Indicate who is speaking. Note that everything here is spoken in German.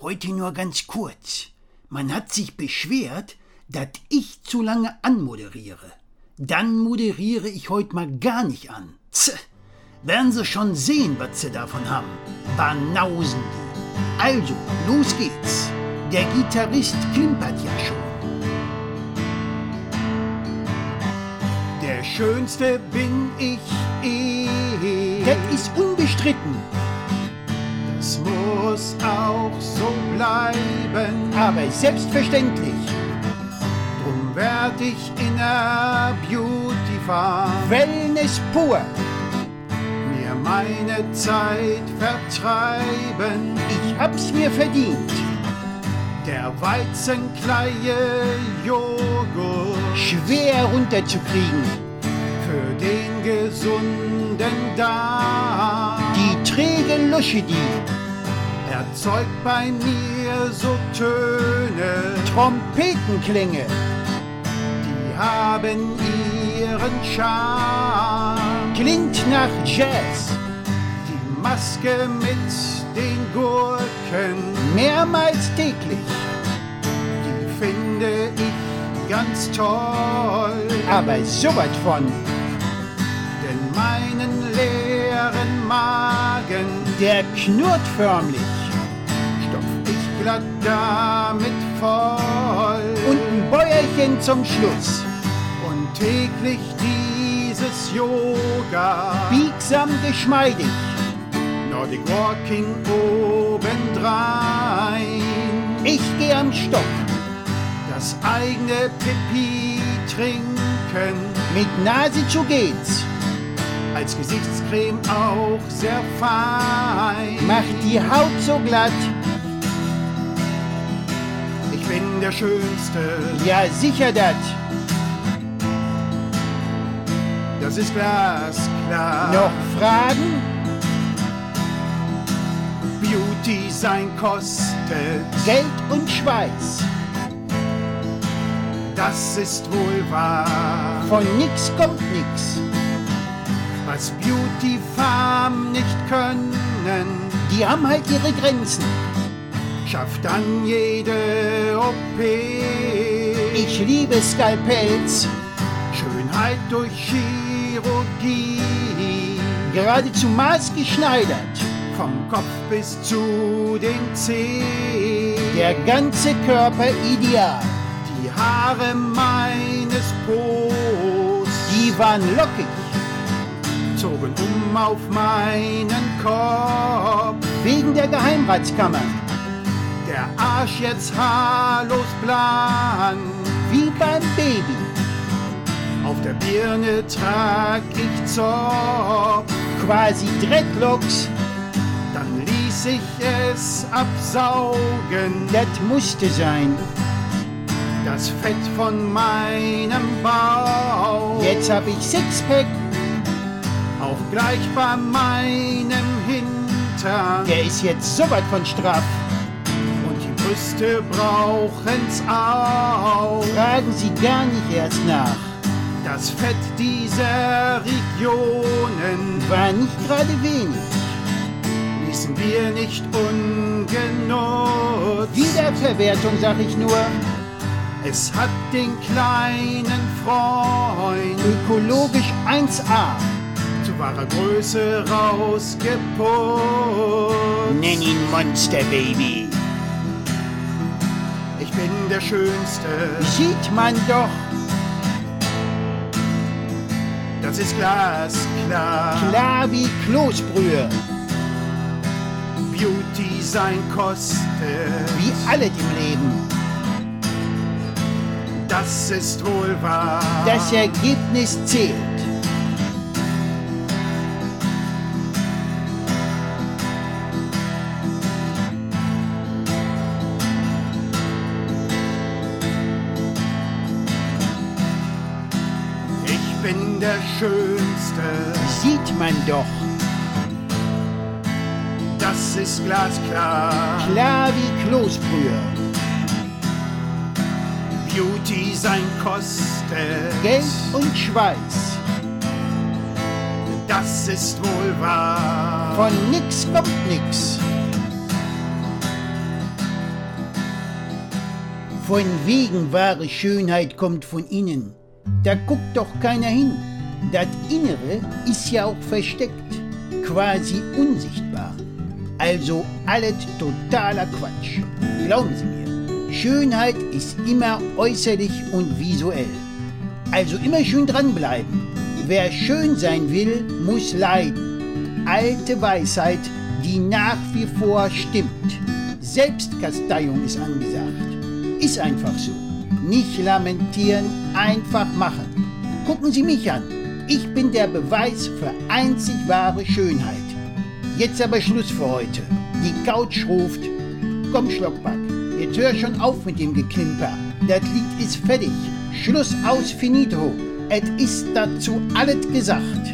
Speaker 1: heute nur ganz kurz. Man hat sich beschwert, dass ich zu lange anmoderiere. Dann moderiere ich heute mal gar nicht an. Tse, werden Sie schon sehen, was Sie davon haben. Banausen. die. Also, los geht's. Der Gitarrist klimpert ja schon. Der Schönste bin ich eh. Das ist unbestritten. Das muss auch so bleiben. Aber selbstverständlich. Drum werd ich inner Beauty fahren. Wellness pur. Mir meine Zeit vertreiben. Ich hab's mir verdient. Der Weizenkleie Joghurt. Schwer runterzukriegen. Für den gesunden Darm. Die träge Lusche, die erzeugt bei mir so Töne, Trompetenklänge, die haben ihren Charme. Klingt nach Jazz, die Maske mit den Gurken, mehrmals täglich, die finde ich ganz toll. Aber sowas von denn meinen leeren Magen, der knurrt förmlich, stopf ich glatt damit voll. Und ein Bäuerchen zum Schluss. Und täglich dieses Yoga, biegsam geschmeidig, Nordic Walking obendrein. Ich geh am Stock das eigene Pipi trinken. Mit Nase zu geht's. Als Gesichtscreme auch sehr fein. Macht die Haut so glatt. Ich bin der Schönste. Ja, sicher dat. Das ist glasklar. Noch Fragen? Beauty sein kostet Geld und Schweiß. Das ist wohl wahr. Von nix kommt nix. Was Beauty Farm nicht können, die haben halt ihre Grenzen. Schafft dann jede OP. Ich liebe Skalpels. Schönheit durch Chirurgie. Geradezu maßgeschneidert. Vom Kopf bis zu den Zehen. Der ganze Körper ideal. Die Haare meines Po's. Die waren lockig. Zogen um auf meinen Kopf. Wegen der Geheimratskammer. Der Arsch jetzt haarlos blank. Wie beim Baby. Auf der Birne trag ich Zopf. Quasi Dreadlocks. Dann ließ ich es absaugen. Das musste sein. Das Fett von meinem Bauch. Jetzt hab ich Sixpack. Auch gleich bei meinem Hintern. Der ist jetzt so weit von straff. Und die Brüste brauchen's auch. Fragen Sie gar nicht erst nach. Das Fett dieser Regionen war nicht gerade wenig. Ließen wir nicht ungenutzt. Wiederverwertung, sag ich nur. Es hat den kleinen Freund ökologisch 1A zu wahrer Größe rausgeputzt. Nenn ihn Monster Baby. Ich bin der Schönste. Sieht man doch. Das ist glasklar. Klar wie Kloßbrühe. Beauty sein kostet. Wie alles im Leben. Das ist wohl wahr. Das Ergebnis zählt. Ich bin der Schönste. Sieht man doch. Das ist glasklar. Klar wie Kloßbrühe. Beauty sein kostet. Geld und Schweiß. Das ist wohl wahr. Von nix kommt nix. Von wegen wahre Schönheit kommt von innen. Da guckt doch keiner hin. Das Innere ist ja auch versteckt, quasi unsichtbar. Also alles totaler Quatsch. Glauben Sie mir, Schönheit ist immer äußerlich und visuell. Also immer schön dranbleiben. Wer schön sein will, muss leiden. Alte Weisheit, die nach wie vor stimmt. Selbstkasteiung ist angesagt. Ist einfach so. Nicht lamentieren, einfach machen. Gucken Sie mich an. Ich bin der Beweis für einzig wahre Schönheit. Jetzt aber Schluss für heute. Die Couch ruft. Komm, Schlockback, jetzt hör schon auf mit dem Geklimper. Das Lied ist fertig. Schluss aus finito. Et ist dazu alles gesagt.